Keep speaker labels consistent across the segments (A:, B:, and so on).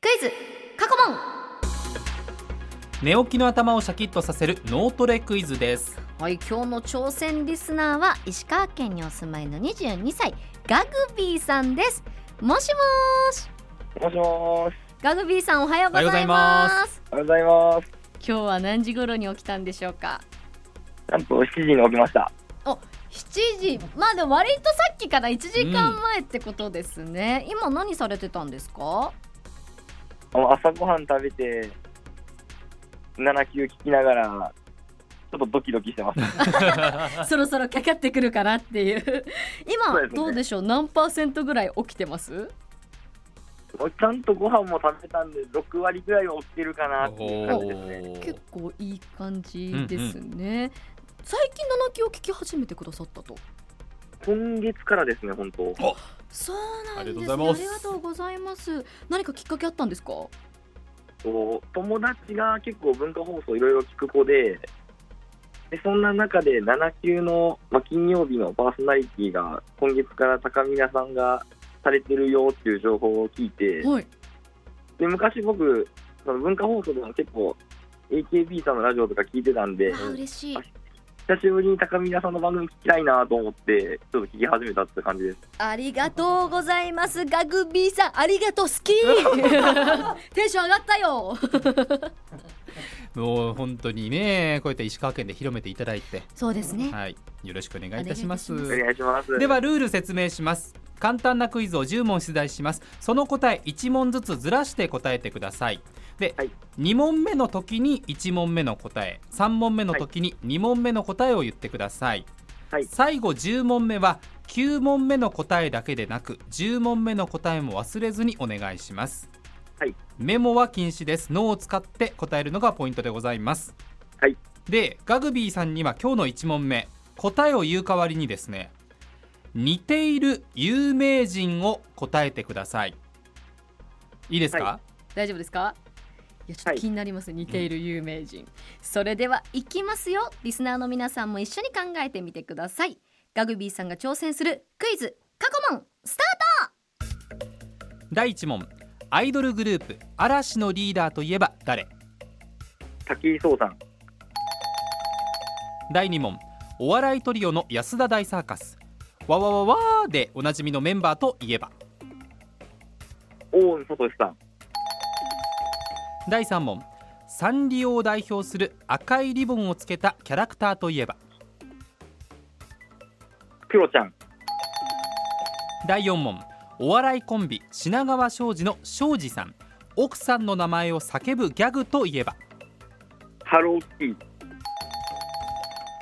A: ス過去問
B: 寝起きの頭をシャキッとさせる脳トレクイズです
A: はい今日の挑戦リスナーは石川県にお住まいの22歳ガグビーさんですもしもーし
C: もしもーし。
A: ガグビーさんおはようござい
B: おはよう
A: ま
B: ございます
C: おはようございます。
A: 今日は何時頃に起きたんでしょうか
C: なんと7時に起きました。
A: 7時まあでも割とさっきから1時間前ってことですね、今何されてたんですか
C: あの朝ごはん食べて、7級聞きながら、ちょっとドキドキしてます。
A: そろそろかかってくるかなっていう
C: そう
A: 今
C: ですね
A: どうでしょう何パーセントぐらい起きてます
C: ちゃんとご飯も食べたんで、6割ぐらいは起きてるかなっていう感じですね。
B: おー
A: 結構いい感じですね、最近七木を聞き始めてくださったと
C: 今月からですね、本当。
A: そうなんですね
B: ありがとうございます
A: ありがとうございます何かきっかけあったんですか
C: こう友達が結構文化放送いろいろ聞く子で、でそんな中で7級の、まあ、金曜日のパーソナリティが今月から高宮さんがされてるよっていう情報を聞いて、
A: はい
C: で昔僕その文化放送でも結構 AKB さんのラジオとか聞いてたんで
A: あ嬉しい
C: 久しぶりに高見田さんの番組聞きたいなと思ってちょっと聞き始めたって感じです
A: ありがとうございますガグビーさんありがとう好き テンション上がったよ
B: もう本当にねこうやって石川県で広めていただいて
A: そうですね
B: はいよろしくお願いいたします
A: お願いい
C: お願いします
B: ではルール説明します簡単なクイズを10問出題しますその答え1問ずつずらして答えてくださいで、
C: はい
B: 2問目の時に1問目の答え3問目の時に2問目の答えを言ってください、
C: はい
B: 最後10問目は9問目の答えだけでなく10問目の答えも忘れずにお願いします、
C: はい
B: メモは禁止です脳を使って答えるのがポイントでございます
C: はい
B: でガグビーさんには今日の1問目答えを言う代わりにですね似ている有名人を答えてくださいいいですか、
C: は
A: 大丈夫ですかいやちょっ
C: は
A: と
C: い
A: 気になります、似ている有名人、それでは行きますよリスナーの皆さんも一緒に考えてみてくださいガグビーさんが挑戦するクイズ過去問スタ
B: 第1問アイドルグループ嵐のリーダーといえば誰
C: 滝井壮さん
B: 第2問お笑いトリオの安田大サーカスわわわわーでおなじみのメンバーといえば
C: 大野聡さん
B: 第3問サンリオを代表する赤いリボンをつけたキャラクターといえば
C: クロちゃん
B: 第4問お笑いコンビ品川庄司の庄司さん奥さんの名前を叫ぶギャグといえば
C: ハローキティ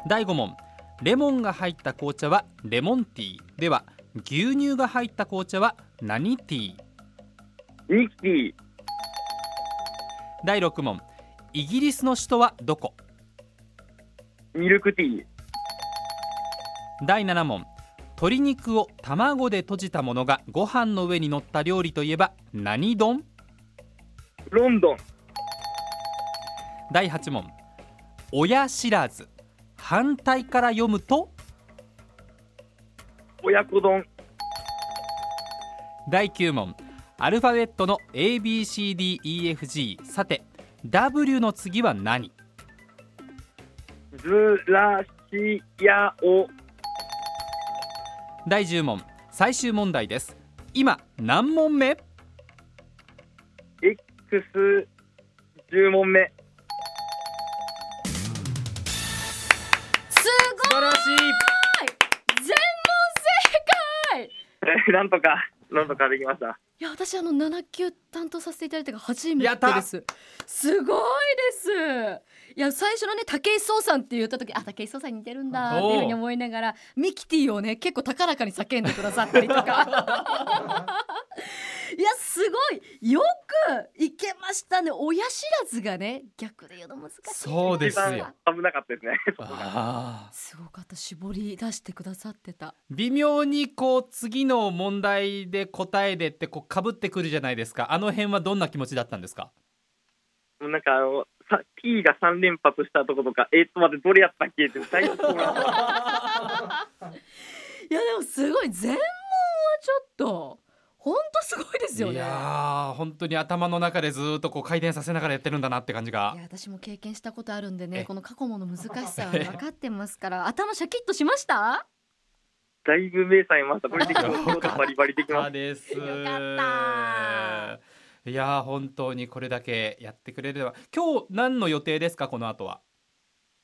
B: 第5問レモンが入った紅茶はレモンティーでは牛乳が入った紅茶は何ティー
C: ミキティ
B: 第6問イギリスの首都はどこ
C: ミルクティー
B: 第7問鶏肉を卵で閉じたものがご飯の上に乗った料理といえば何丼
C: ロンドン
B: 第8問親知らず反対から読むと
C: 親子丼
B: 第9問アルファベットの ABCDEFG さて W の次は何
C: ずらしやお
B: 第10問最終問題です今何問目
C: X10 問目
A: ートす
B: 素晴らしい
A: ごい全問正解
C: えなんとかなんとかできました
A: いや私あの7級担当させていただいたが初め
B: やってた
A: ですすごいですいや最初のね武井壮さんって言った時あ武井壮さんに似てるんだっていうふうに思いながらミキティをね結構高らかに叫んでくださったりとか いやすごいよくいけましたね親知らずがね逆で言うの難しい
B: そうですよ
C: 危なかったですねそこが
B: あー
A: すごかった絞り出してくださってた
B: 微妙にこう次の問題で答えでってこう被ってくるじゃないですかあの辺はどんな気持ちだったんですか
C: もうなんかあの、さ T が3連発したとことか、えーっと待って、どれやったっけって、大 好きな
A: いやでもすごい全問はちょっと本当すごいですよね
B: いやー本当に頭の中でずーっとこう回転させながらやってるんだなって感じが
A: いや私も経験したことあるんで
B: え
A: ねこの過去問の難しさは分かってますから頭シャキッとしました
C: だいぶ目覚めました。これで今
B: よかった
C: 日バリバリできま
B: あ
C: す。
B: です
A: よか
B: いやー本当にこれだけやってくれれば今日何の予定ですかこの後は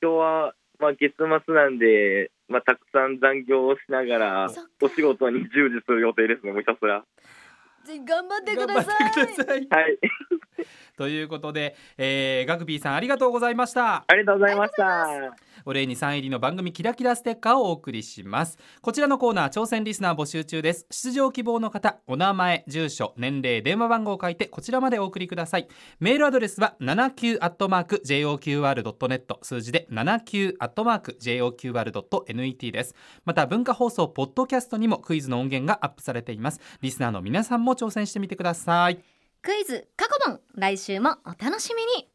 C: 今日はまあ月末なんで、まあたくさん残業をしながら
A: そっか
C: お仕事に従事する予定ですね。もうひたすら。
A: ぜ頑張ってく
B: 頑
A: だ
B: 張って
A: さい
B: ください
C: はい。
B: ということで、えー、ガグビーさんありがとうございました
C: ありがとうございました。
B: お礼に3入りの番組キラキラステッカーをお送りしますこちらのコーナー挑戦リスナー募集中です出場希望の方お名前住所年齢電話番号を書いてこちらまでお送りくださいメールアドレスは 79-joqr.net 数字で 79-joqr.net ですまた文化放送ポッドキャストにもクイズの音源がアップされていますリスナーの皆さんも挑戦してみてください
A: クイズ過去問来週もお楽しみに